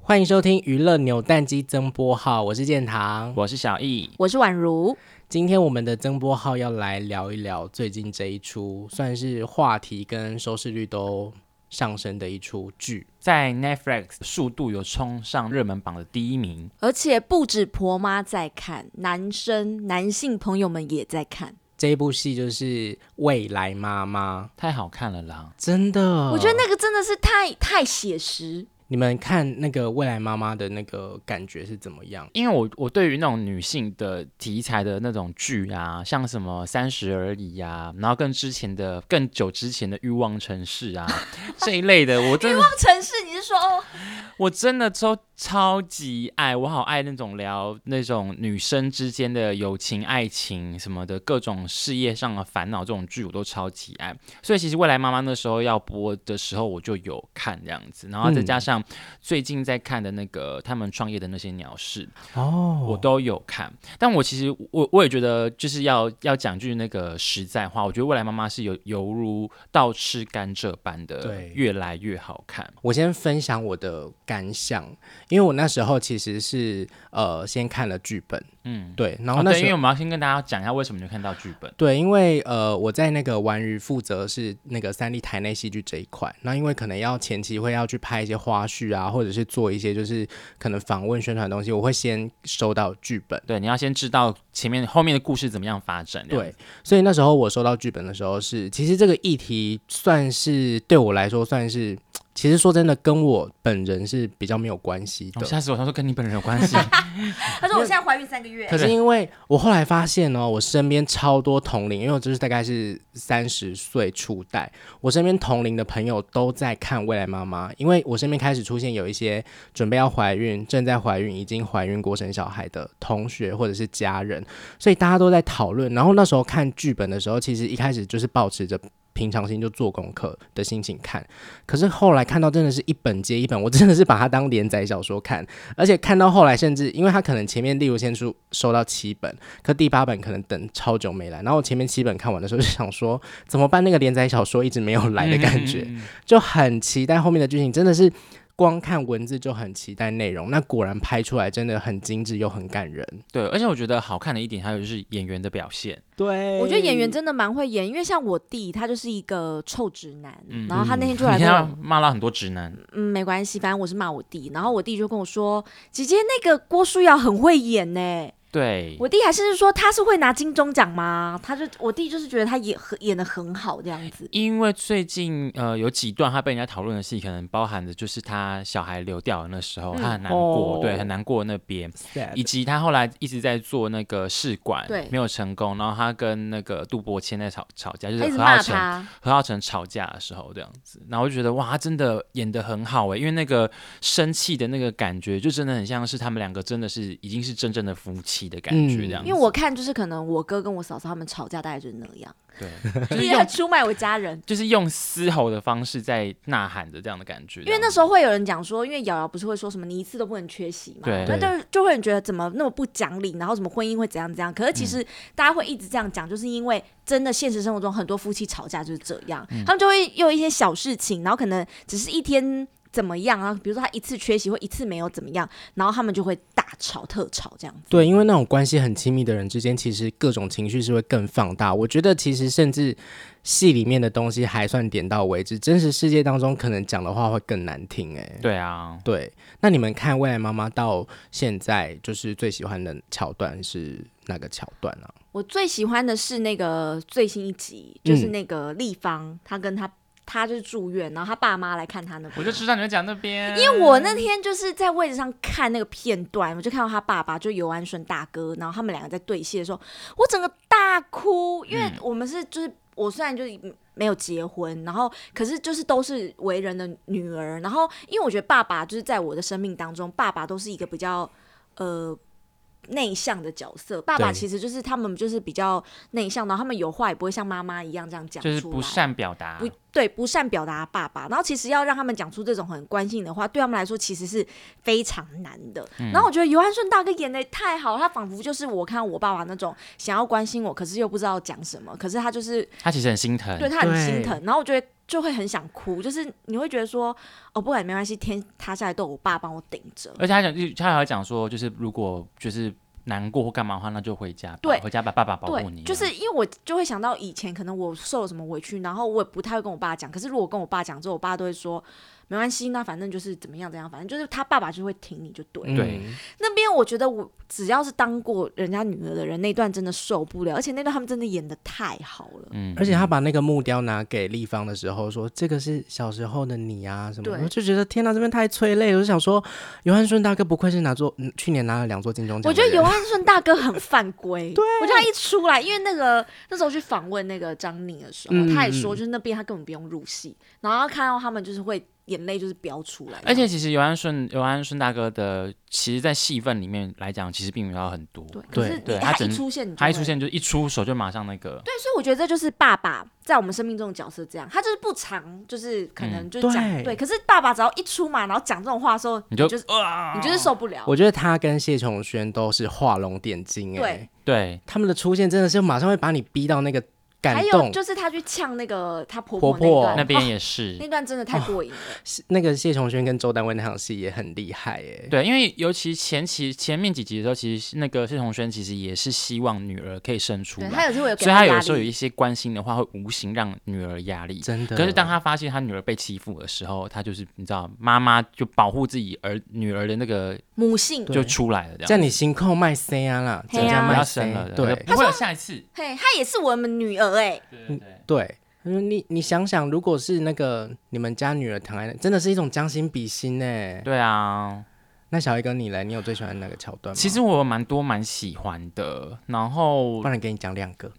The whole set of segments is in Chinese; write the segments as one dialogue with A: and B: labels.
A: 欢迎收听娱乐扭蛋机增播号，我是建堂。
B: 我是小易，
C: 我是宛如，
A: 今天我们的增播号要来聊一聊最近这一出算是话题跟收视率都上升的一出剧。
B: 在 Netflix 速度有冲上热门榜的第一名，
C: 而且不止婆妈在看，男生男性朋友们也在看。
A: 这一部戏就是《未来妈妈
B: 太好看了啦！》，
A: 真
B: 啊
A: 的，
C: 我觉得那个真的是太太写实，
A: 你们看那个《未来妈妈》的那个感觉是怎么样？
B: 因为我我对于那种女性的题材的那种剧啊，像什么《三十而已》啊，然后更之前的更久之前的《欲望城市》啊 这一类的，我真的
C: 城市你是说哦？
B: 我真的都超级爱，我好爱那种聊那种女生之间的友情、爱情什么的各种事业上的烦恼这种剧，我都超级爱。所以其实未来妈妈那时候要播的时候，我就有看这样子，然后再加上最近在看的那个他们创业的那些鸟事，
A: 哦
B: 我都有看。但我其实我我也觉得就是要要讲句那个实在话，我觉得未来妈妈是有犹如倒吃甘蔗般的
A: 对
B: 越来越好看。
A: 我先分享我的感想，因为我那时候其实是呃先看了剧本，
B: 嗯。
A: 对，然
B: 然
A: 后
B: 后、
A: 那
B: 对，
A: 时
B: 因为
A: 候、
B: 我们要先跟大家讲一下为什么你会看到剧本。
A: 对，因为呃我在那个玩娱负责是那个三立台内戏剧这一块，那因为可能要前期会要去拍一些花絮啊，或者是做一些就是可能访问宣传的东西，我会先收到剧本。
B: 对，你要先知道前面后面的故事怎么样发展。这样
A: 对，，所以那时候我收到剧本的时候是，其实这个议题算是对我来说算是，其实说真的跟我本人是比较没有关系
B: 我
A: 的。
B: 吓死哦我！他说跟你本人有关 系，
C: 他说我现在怀孕三个月
A: 可
B: 对
A: 是因为我后来发现哦，我身边超多同龄，因为我就是大概是三十岁初代，我身边同龄的朋友都在看《未来妈妈》，因为我身边开始出现有一些准备要怀孕、正在怀孕、已经怀孕过生小孩的同学或者是家人，所以大家都在讨论。然后那时候看剧本的时候，其实一开始就是保持着。平常心就做功课的心情看，可是后来看到真的是一本接一本，我真的是把它当连载小说看，而且看到后来，甚至因为他可能前面例如先出收到七本，可第八本可能等超久没来，然后我前面七本看完的时候就想说怎么办？那个连载小说一直没有来的感觉，
B: 嗯
A: 就很期待后面的剧情，真的是光看文字就很期待内容。那果然拍出来真的很精致又很感人。
B: 对，而且我觉得好看的一点还有就是演员的表 现，
A: 对
C: 我觉得演员真的蛮会演，因为像我弟，他就是一个臭直男，
B: 嗯
C: 然后他那天就来
B: 你
C: 跟
B: 要
C: 我，
B: 骂到很多直男，
C: 嗯，没关系，反正我是骂我弟，然后我弟就跟我说，姐姐那个郭书瑶很会演呢、
B: 嗯对，
C: 我弟还甚至说他是会拿金钟奖吗？他就我弟就是觉得他演很演的很好这样子，
B: 因为最近呃有几段他被人家讨论的戏，可能包含的就是他小孩流掉的那时候，
C: 嗯
B: 他很难过，
A: 哦
B: 对，很难过那边，以
A: sad
B: 及他后来一直在做那个试管，
C: 对
B: 没有成功，然后他跟那个杜伯谦在吵吵架，就是
C: 他一直
B: 何浩
C: 骂
B: 晨
C: 他，
B: 何浩晨吵架的时候这样子，然后我就觉得哇，他真的演的很好欸诶，因为那个生气的那个感觉，就真的很像是他们两个真的是已经是真正的夫妻的感觉
A: 嗯
B: 这样子。
C: 因为我看就是可能我哥跟我嫂嫂他们吵架大概就是那样，
B: 对，就
C: 就是是他
B: 用
C: 出卖我家人。
B: 就是用嘶吼的方式在呐喊着这样的感觉，
C: 因为那时
B: 候
C: 候会有人讲说，因为瑶瑶不是会说什么你一次都不能缺席嘛，
B: 对
C: 那就就会有人觉得怎么那么不讲理，然后什么婚姻会怎样怎样。可是
B: 嗯
C: 其实大家会一直这样讲，就是因为真的现实生活中很多夫妻吵架就是这样，
B: 嗯
C: 他们就会用一些小事情，然后可能只是一天怎么样啊，比如说他一次缺席或一次没有怎么样，然后他们就会大吵特吵这样子。
A: 对，因为那种关系很亲密的人之间，其实各种情绪是会更放大。我觉得其实甚至戏里面的东西还算点到为止，真实世界当中可能讲的话会更难听哎、
B: 对啊，
A: 对，那你们看《未来妈妈》到现在，就是最喜欢的桥段是哪个桥段啊？
C: 我最喜欢的是那个最新一集，就是
A: 嗯
C: 那个立方，他跟他他就是住院，然后他爸妈来看他那部
B: 我就知道你会讲那边，
C: 因为我那天就是在位置上看那个片段，我就看到他爸爸就尤安顺大哥，然后他们两个在对戏的时候，我整个大哭，因为
B: 嗯
C: 我们是就是我虽然就是没有结婚，然后可是就是都是为人的女儿，然后因为我觉得爸爸就是在我的生命当中，爸爸都是一个比较呃。内向的角色，爸爸
A: 对
C: 其实就是他们就是比较内向，然后他们有话也不会像妈妈一样这样讲出
B: 就
C: 来，
B: 是不善表达，
C: 不对不善表达的爸爸，然后其实要让他们讲出这种很关心的话，对他们来说其实是非常难的。然后我觉得尤安顺大哥演的太好，他仿佛就是我看到我爸爸那种想要关心我，可是又不知道讲什么，可是他就是
B: 他其实很心疼，
C: 对他很心疼。然后我觉得就会很想哭，就是你会觉得说，哦，不管没关系，天塌下来都有我爸帮我顶着。
B: 而且他讲，他还讲说，就是如果就是难过或干嘛的话，那就回家吧，
C: 对
B: 回家吧，爸爸保护你
C: 对，
B: 啊。
C: 就是因为我就会想到以前可能我受了什么委屈，然后我也不太会跟我爸讲。可是如果跟我爸讲之后，我爸都会说没关系，那反正就是怎么样怎样，反正就是他爸爸就会挺你就对。了。
B: 对
A: 嗯
C: 那边我觉得我只要是当过人家女儿的人，那段真的受不了，而且那段他们真的演的太好了。
B: 嗯
A: 而且他把那个木雕拿给立方的时候说：“这个是小时候的你啊，什么的？”
C: 对
A: 我就觉得天哪，这边太催泪了。我就想说，尤汉顺大哥不愧是拿座，嗯去年拿了两座金钟奖的
C: 我
A: 人。
C: 觉得尤安顺大哥很犯规，对我觉得他一出来，因为那个那时候去访问那个张宁的时候，
A: 嗯
C: 他也说就是那边他根本不用入戏，然后看到他们就是会眼泪就是飙出来，
B: 而且其实尤安顺尤安顺大哥的，其实，在戏份里面来讲，其实并没有很多。
C: 对，可
A: 对
C: 是你
B: 对
C: 他
B: 他整
C: 一出现，你就
B: 他一
C: 会
B: 出，现就一出手就马上那个，
C: 对，所以我觉得这就是爸爸在我们生命中的角色，这样他就是不长，就是
B: 嗯
C: 可能就讲、
A: 对
C: 对，可是爸爸只要一出马，然后讲这种话的时候，
B: 你就哦
C: 就是你就是受不了，
A: 我觉得他跟谢琼轩都是画龙点睛、欸，
C: 对，
B: 对
A: 他们的出现真的是马上会把你逼到那个感
C: 还有
A: 动。
C: 就是他去呛那个他婆
A: 婆
C: 那
A: 婆
C: 段，
B: 那边哦
C: 哦
B: 也是
C: 那段真的太过瘾了，
A: 那个谢琼轩跟周丹薇那场戏也很厉害、欸，
B: 对，因为尤其前期前面几集的时候，其实那个谢童轩其实也是希望女儿可以生出
C: 对
B: 来，
C: 他有时候有给
B: 所以他
C: 压
B: 有时候有
C: 力，
B: 一些关心的话，会无形让女儿压力。
A: 真的。
B: 可是当他发现他女儿被欺负的时候，他就是你知道，妈妈就保护自己儿女儿的那个
C: 母性。
B: 就出来了，这
A: 叫
B: 样
A: 你心控卖 C 啊啦，
C: 嘿
A: 叫
C: 啊
A: 家
B: 不
A: 卖
B: 要
A: C
B: 生了，
A: 对
B: 不会有下一次。
C: 嘿，她也是我们女儿哎、
B: 对对对，
A: 对。他说你你想想，如果是那个你们家女儿躺在那，真的是一种将心比心呢、
B: 对啊，
A: 那小一哥你来，你有最喜欢哪个桥段吗？
B: 其实我蛮多蛮喜欢的。然后
A: 不然给你讲两个。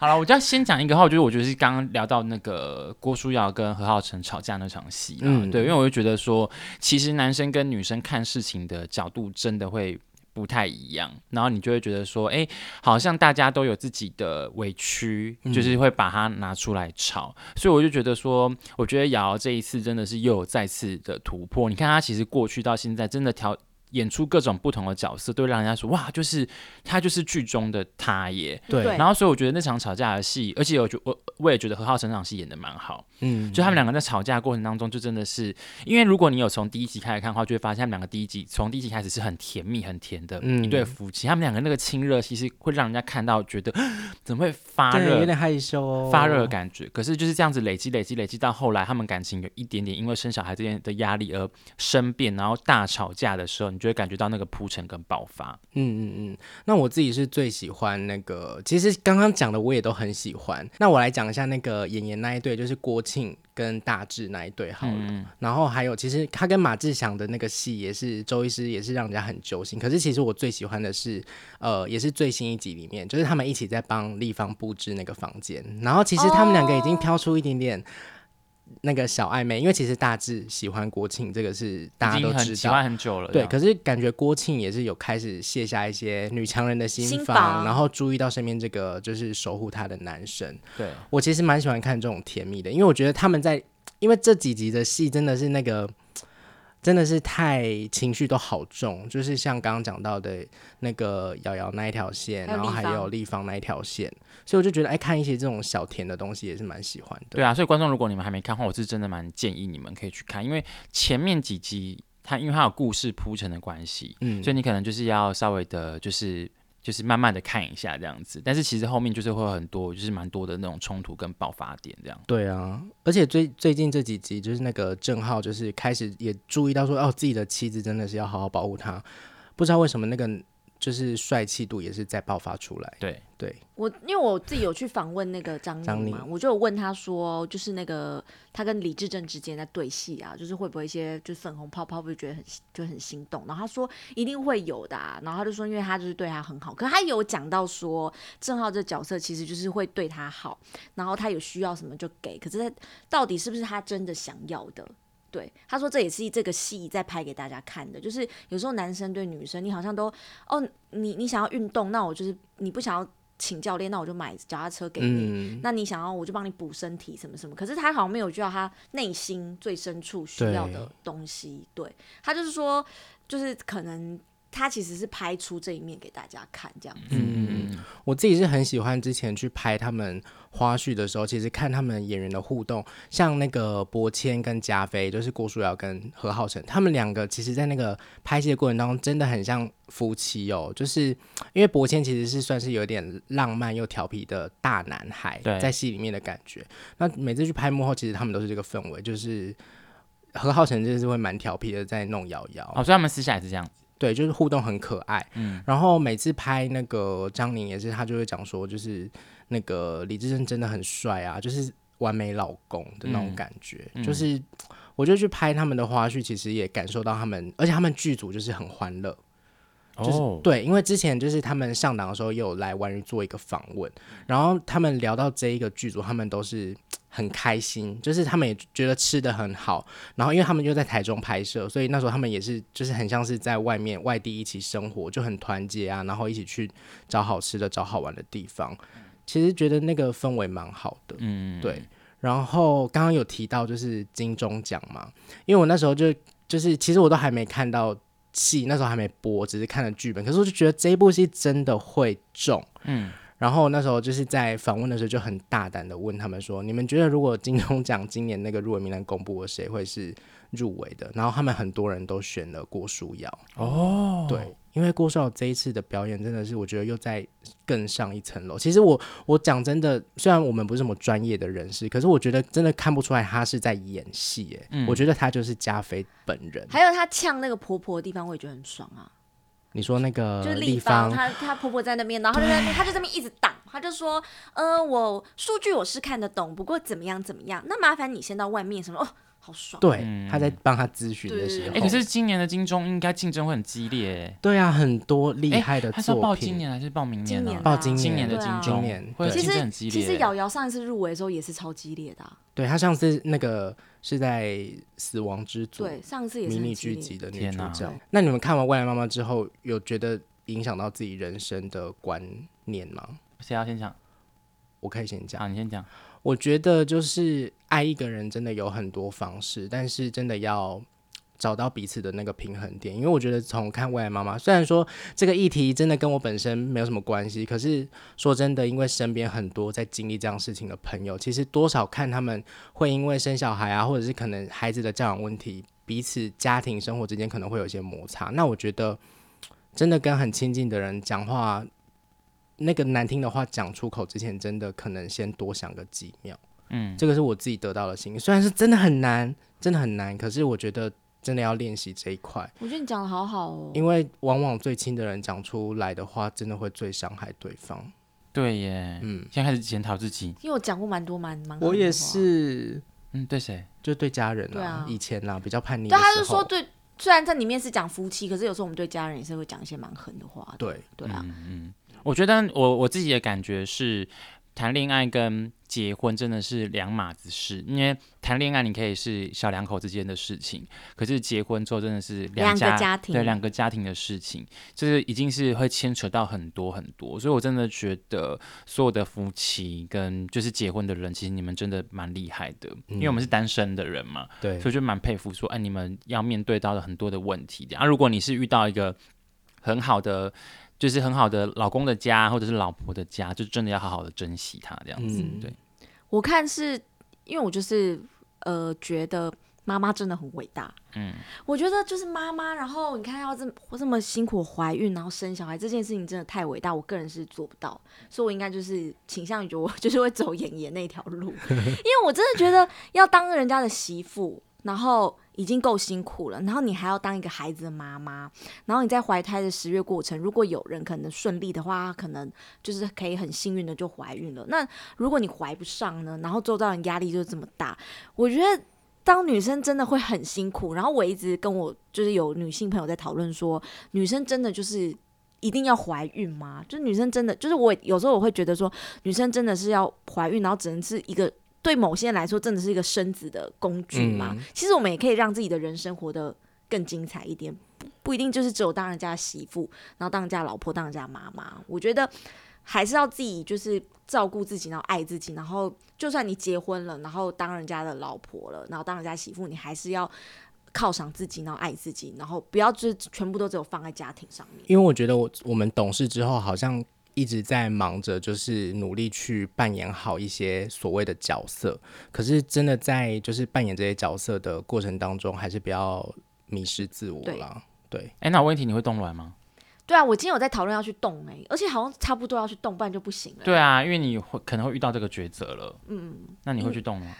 B: 好了，我就要先讲一个话，我觉得我就是刚刚聊到那个郭书瑶跟何浩晨吵架那场戏啦，
A: 嗯
B: 对，因为我就觉得说，其实男生跟女生看事情的角度真的会。不太一样，然后你就会觉得说，哎，好像大家都有自己的委屈，就是会把它拿出来吵。所以我就觉得说，我觉得瑶瑶这一次真的是又有再次的突破。你看她其实过去到现在，真的调演出各种不同的角色，都会让人家说，哇，就是她就是剧中的她耶。
C: 对
B: 然后所以我觉得那场吵架的戏，而且我觉我我也觉得何浩晨那场戏演的蛮好，
A: 嗯，
B: 就他们两个在吵架的过程当中，就真的是因为如果你有从第一集开始看的话，就会发现他们两个第一集从第一集开始是很甜蜜很甜的
A: 嗯
B: 一对夫妻，他们两个那个亲热其实会让人家看到觉得 怎么会发
A: 对，有
B: 热。
A: 点害羞哦，
B: 发热的感觉，可是就是这样子累积、累积、累积，到后来他们感情有一点点因为生小孩这件的压力而生变，然后大吵架的时候，你就会感觉到那个铺陈跟爆发。
A: 嗯嗯嗯，那我自己是最喜欢那个，其实刚刚讲的我也都很喜欢。那我来讲一下那个演员那一对，就是郭庆跟大志那一对好了。
B: 嗯
A: 然后还有，其实他跟马志祥的那个戏也是周医师也是让人家很揪心。可是其实我最喜欢的是，呃，也是最新一集里面，就是他们一起在帮立方布置那个房间。然后其实他们两个已经挑出一点点。那个小暧昧，因为其实大志喜欢郭庆，这个是大
B: 已
A: 家
B: 经
A: 都
B: 很
A: 知
B: 喜
A: 道。
B: 欢很久了这
A: 对，
B: 样，
A: 可是感觉郭庆也是有开始卸下一些女强人的心
C: 心
A: 防，
C: 防
A: 然后注意到身边这个就是守护她的男生。
B: 对，
A: 我其实蛮喜欢看这种甜蜜的，因为我觉得他们在，因为这几集的戏真的是那个，真的是太情绪都好重，就是像刚刚讲到的那个瑶瑶那一条线，
C: 还有
A: 然后
C: 立
A: 还
C: 方
A: 有立方那一条线，所以我就觉得哎，看一些这种小甜的东西也是蛮喜欢的。
B: 对啊，所以观众如果你们还没看的话，我是真的蛮建议你们可以去看，因为前面几集它因为它有故事铺陈的关系，
A: 嗯
B: 所以你可能就是要稍微的，就是就是慢慢的看一下这样子，但是其实后面就是会有很多，就是蛮多的那种冲突跟爆发点这样。
A: 对啊，而且最最近这几集，就是那个郑浩，就是开始也注意到说，哦，自己的妻子真的是要好好保护他。不知道为什么那个就是帅气度也是在爆发出来。
B: 对，
A: 对，
C: 我因为我自己有去访问那个张
A: 张
C: 宁
A: 宁
C: 嘛，我就有问他说，就是那个他跟李志正之间在对戏啊，就是会不会一些就是粉红泡泡，会不会觉得很就很心动？然后他说一定会有的、啊，然后他就说，因为他就是对他很好，可是他有讲到说，郑浩这角色其实就是会对他好，然后他有需要什么就给，可是他到底是不是他真的想要的？对，他说这也是这个戏在拍给大家看的，就是有时候男生对女生，你好像都哦，你你想要运动，那我就是你不想要请教练，那我就买脚踏车给你。
A: 嗯，
C: 那你想要，我就帮你补身体什么什么。可是他好像没有知道他内心最深处需要的东西。对他就是说，就是可能他其实是拍出这一面给大家看，这样子。
B: 嗯嗯
A: 我自己是很喜欢之前去拍他们花絮的时候，其实看他们演员的互动，像那个伯谦跟加菲，就是郭书瑶跟何浩晨，他们两个其实，在那个拍戏的过程当中，真的很像夫妻哦。就是因为伯谦其实是算是有点浪漫又调皮的大男孩
B: 对，
A: 在戏里面的感觉。那每次去拍幕后，其实他们都是这个氛围，就是。何浩晨真的是会蛮调皮的，在弄瑶瑶。
B: 哦，所以他们私下也是这样。
A: 对，就是互动很可爱。嗯，然后每次拍那个张宁也是，他就会讲说，就是那个李智深真的很帅啊，就是完美老公的那种感觉。就是我就去拍他们的花絮，其实也感受到他们，而且他们剧组就是很欢乐。就是、
B: 哦，
A: 对，因为之前就是他们上档的时候也有来玩鱼做一个访问，然后他们聊到这一个剧组，他们都是很开心，就是他们也觉得吃的很好，然后因为他们又在台中拍摄，所以那时候他们也是就是很像是在外面外地一起生活，就很团结啊，然后一起去找好吃的、找好玩的地方，其实觉得那个氛围蛮好的。
B: 嗯，
A: 对，然后刚刚有提到就是金钟奖嘛，因为我那时候就就是其实我都还没看到戏，那时候还没播，只是看了剧本，可是我就觉得这一部戏真的会中，
B: 嗯，
A: 然后那时候就是在访问的时候就很大胆的问他们说，你们觉得如果金钟奖今年那个入围名单公布了，谁会是入围的？然后他们很多人都选了郭书瑶，
B: 哦，
A: 对，因为郭书瑶这一次的表演真的是，我觉得又在更上一层楼。其实我我讲真的，虽然我们不是什么专业的人士，可是我觉得真的看不出来她是在演戏耶。我觉得她就是加菲本人。
C: 还有她呛那个婆婆的地方，我也觉得很爽啊，
A: 你说那个
C: 就是
A: 呃立
C: 立方，
A: 方
C: 她她婆婆在那边，然后她就在那边，她就这边一直挡，她就说，呃，我数据我是看得懂，不过怎么样怎么样，那麻烦你先到外面什么，哦，好爽。
A: 对，他在帮他咨询的时
C: 对
A: 候，
B: 哎，可是今年的金钟应该竞争会很激烈。
A: 对啊，很多厉
B: 哎
A: 害的
B: 他是要报
A: 作
B: 今
A: 品，
B: 年还是报明年
C: 今
B: 呢
C: 年？
A: 报今
B: 今年的
C: 对
B: 金
C: 啊
B: 钟，
A: 今年
B: 会
A: 对
C: 其
B: 竞争很
C: 实
B: 激
C: 其
B: 烈。
C: 实瑶瑶上一次入围的时候也是超激烈的、啊，
A: 对他上次那个是在《死亡之组》
C: 对，上一次也是
A: 迷
C: 很
A: 你
C: 激
A: 剧
C: 烈。
A: 集的女
B: 天
A: 主
B: 哪
A: 角。那你们看完《未来妈妈》之后，有觉得影响到自己人生的观念吗？
B: 谁要先讲？
A: 我可以先讲，
B: 啊，你先讲。
A: 我觉得就是爱一个人真的有很多方式，但是真的要找到彼此的那个平衡点。因为我觉得从看《未来妈妈》，虽然说这个议题真的跟我本身没有什么关系，可是说真的，因为身边很多在经历这样事情的朋友，其实多少看他们会因为生小孩啊，或者是可能孩子的教养问题，彼此家庭生活之间可能会有一些摩擦。那我觉得真的跟很亲近的人讲话。那个难听的话讲出口之前，真的可能先多想个几秒。
B: 嗯，
A: 这个是我自己得到的心，虽然是真的很难，真的很难，可是我觉得真的要练习这一块，
C: 我觉得你讲的好好哦，
A: 因为往往最亲的人讲出来的话，真的会最伤害对方。
B: 对耶。嗯
A: 嗯，
B: 现在开始检讨自己。
C: 因为我讲过蛮多蛮蛮。
A: 我也。是，
B: 嗯，对谁？
A: 就对家人
C: 对啊
A: 以前啦，比较叛逆的
C: 对，
A: 时
C: 他
A: 候，
C: 是说对，虽然在里面是讲夫妻，可是有时候我们对家人也是会讲一些蛮狠的话的。
A: 对，嗯
C: 对啊，
B: 我觉得我我自己的感觉是，谈恋爱跟结婚真的是两码子事。因为谈恋爱你可以是小两口之间的事情，可是结婚之后真的是
C: 两个
B: 家
C: 家庭
B: 对两个家庭的事情，就是已经是会牵扯到很多很多。所以我真的觉得所有的夫妻跟就是结婚的人，其实你们真的蛮厉害的，因为我们是
C: 嗯
B: 单身的人嘛，
A: 对
B: 所以就蛮佩服说，哎，你们要面对到的很多的问题的。啊，如果你是遇到一个很好的，就是很好的老公的家或者是老婆的家，就真的要好好的珍惜他这样子。
A: 嗯
B: 对，
C: 我看是因为我就是呃觉得。妈妈真的很伟大，
B: 嗯，
C: 我觉得就是妈妈，然后你看要这么这么辛苦怀孕，然后生小孩这件事情真的太伟大，我个人是做不到，所以我应该就是倾向于我 就是会走演爷那条路，因为我真的觉得要当人家的媳妇，然后已经够辛苦了，然后你还要当一个孩子的妈妈，然后你在怀胎的十月过程，如果有人可能顺利的话，可能就是可以很幸运的就怀孕了，那如果你怀不上呢，然后周遭人压力就这么大，我觉得当女生真的会很辛苦。然后我一直跟我就是有女性朋友在讨论说，女生真的就是。一定要怀孕吗？就是女生真的，就是我有时候我会觉得说，女生真的是要怀孕，然后只能是一个对某些人来说，真的是一个生子的工具吗？
A: 嗯
C: 其实我们也可以让自己的人生活得更精彩一点，不不一定就是只有当人家的媳妇，然后当人家的老婆，当人家的妈妈。我觉得还是要自己就是照顾自己，然后爱自己，然后就算你结婚了，然后当人家的老婆了，然后当人家媳妇，你还是要。犒赏自己，然后爱自己，然后不要就是全部都只有放在家庭上面。
A: 因为我觉得我我们懂事之后，好像一直在忙着，就是努力去扮演好一些所谓的角色。可是真的在就是扮演这些角色的过程当中，还是不要迷失自我啦。对，
B: 哎、那我问题你会冻卵吗？
C: 对啊，我今天有在讨论要去动哎、而且好像差不多要去动，不然就不行了。
B: 对啊，因为你会可能会遇到这个抉择了。嗯，那你会去动吗？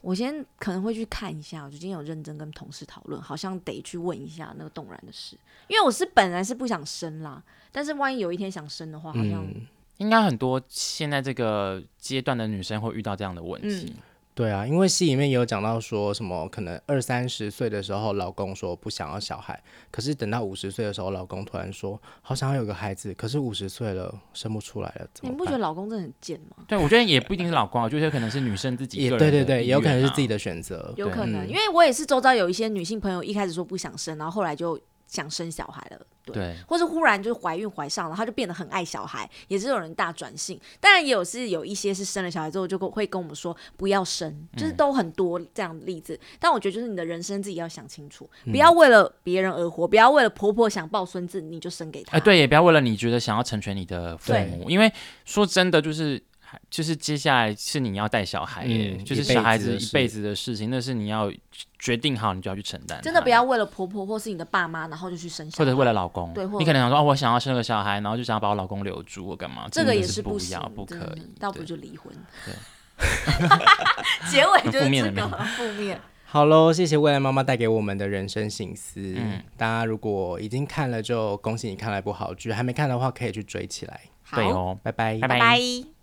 C: 我先可能会去看一下，我最近有认真跟同事讨论，好像得去问一下那个冻卵的事，因为我是本来是不想生啦，但是万一有一天想生的话，好像、
A: 嗯，
B: 应该很多现在这个阶段的女生会遇到这样的问题。
A: 对啊，因为戏里面也有讲到说什么，可能二三十岁的时候，老公说不想要小孩，可是等到五十岁的时候，老公突然说好想要有个孩子，可是五十岁了生不出来了，怎
C: 你
A: 么
C: 们不觉得
A: 办？
C: 老公真的很贱吗？
B: 对，我觉得也不一定是老公啊，我觉得可能是女生自己
A: 也
B: 个人
A: 对对
B: 的
A: 对，
B: 意
A: 也有可能是
B: 愿啊
A: 自己的选择。
C: 有可能，
A: 嗯
C: 因为我也是周遭有一些女性朋友，一开始说不想生，然后后来就想生小孩了，对，
B: 对。
C: 或是忽然就是怀孕怀上了，她就变得很爱小孩，也是有人大转性。当然也有是有一些是生了小孩之后就跟会跟我们说不要生，就是
B: 嗯
C: 都很多这样的例子。但我觉得就是你的人生自己要想清楚，不
B: 嗯
C: 要为了别人而活，不要为了婆婆想抱孙子你就生给她。
B: 哎、对，也不要为了你觉得想要成全你的父
A: 对
B: 母，因为说真的，就是就是接下来是你要带小孩耶、
A: 嗯
B: 就是
A: 一辈
B: 小孩
A: 子
B: 子
A: 的
B: 一
A: 事
B: 辈子的事情，那是你要决定好，你就要去承担它，
C: 真的不要为了婆婆或是你的爸妈，然后就去生小
B: 或
C: 孩。
B: 者是为了老公，
C: 对或
B: 你可能想说哦，我想要生个小孩，然后就想要把我老公留住，我干嘛？
C: 这
B: 真
C: 个
B: 的
C: 也
B: 嗯是
C: 不
B: 不
C: 行
B: 要，，不可
C: 真的
B: 以。
C: 要不
B: 对
C: 就离婚。
B: 对
C: 结尾就是
B: 负面的
C: 这个
B: 没
C: 很负面。
A: 好喽，谢谢未来妈妈带给我们的人生醒思。
B: 嗯
A: 大家如果已经看了，就恭喜你看了一部好剧；还没看的话，可以去追起来。
C: 好
B: 对，哦，
A: 拜拜，
B: 拜
C: 拜拜。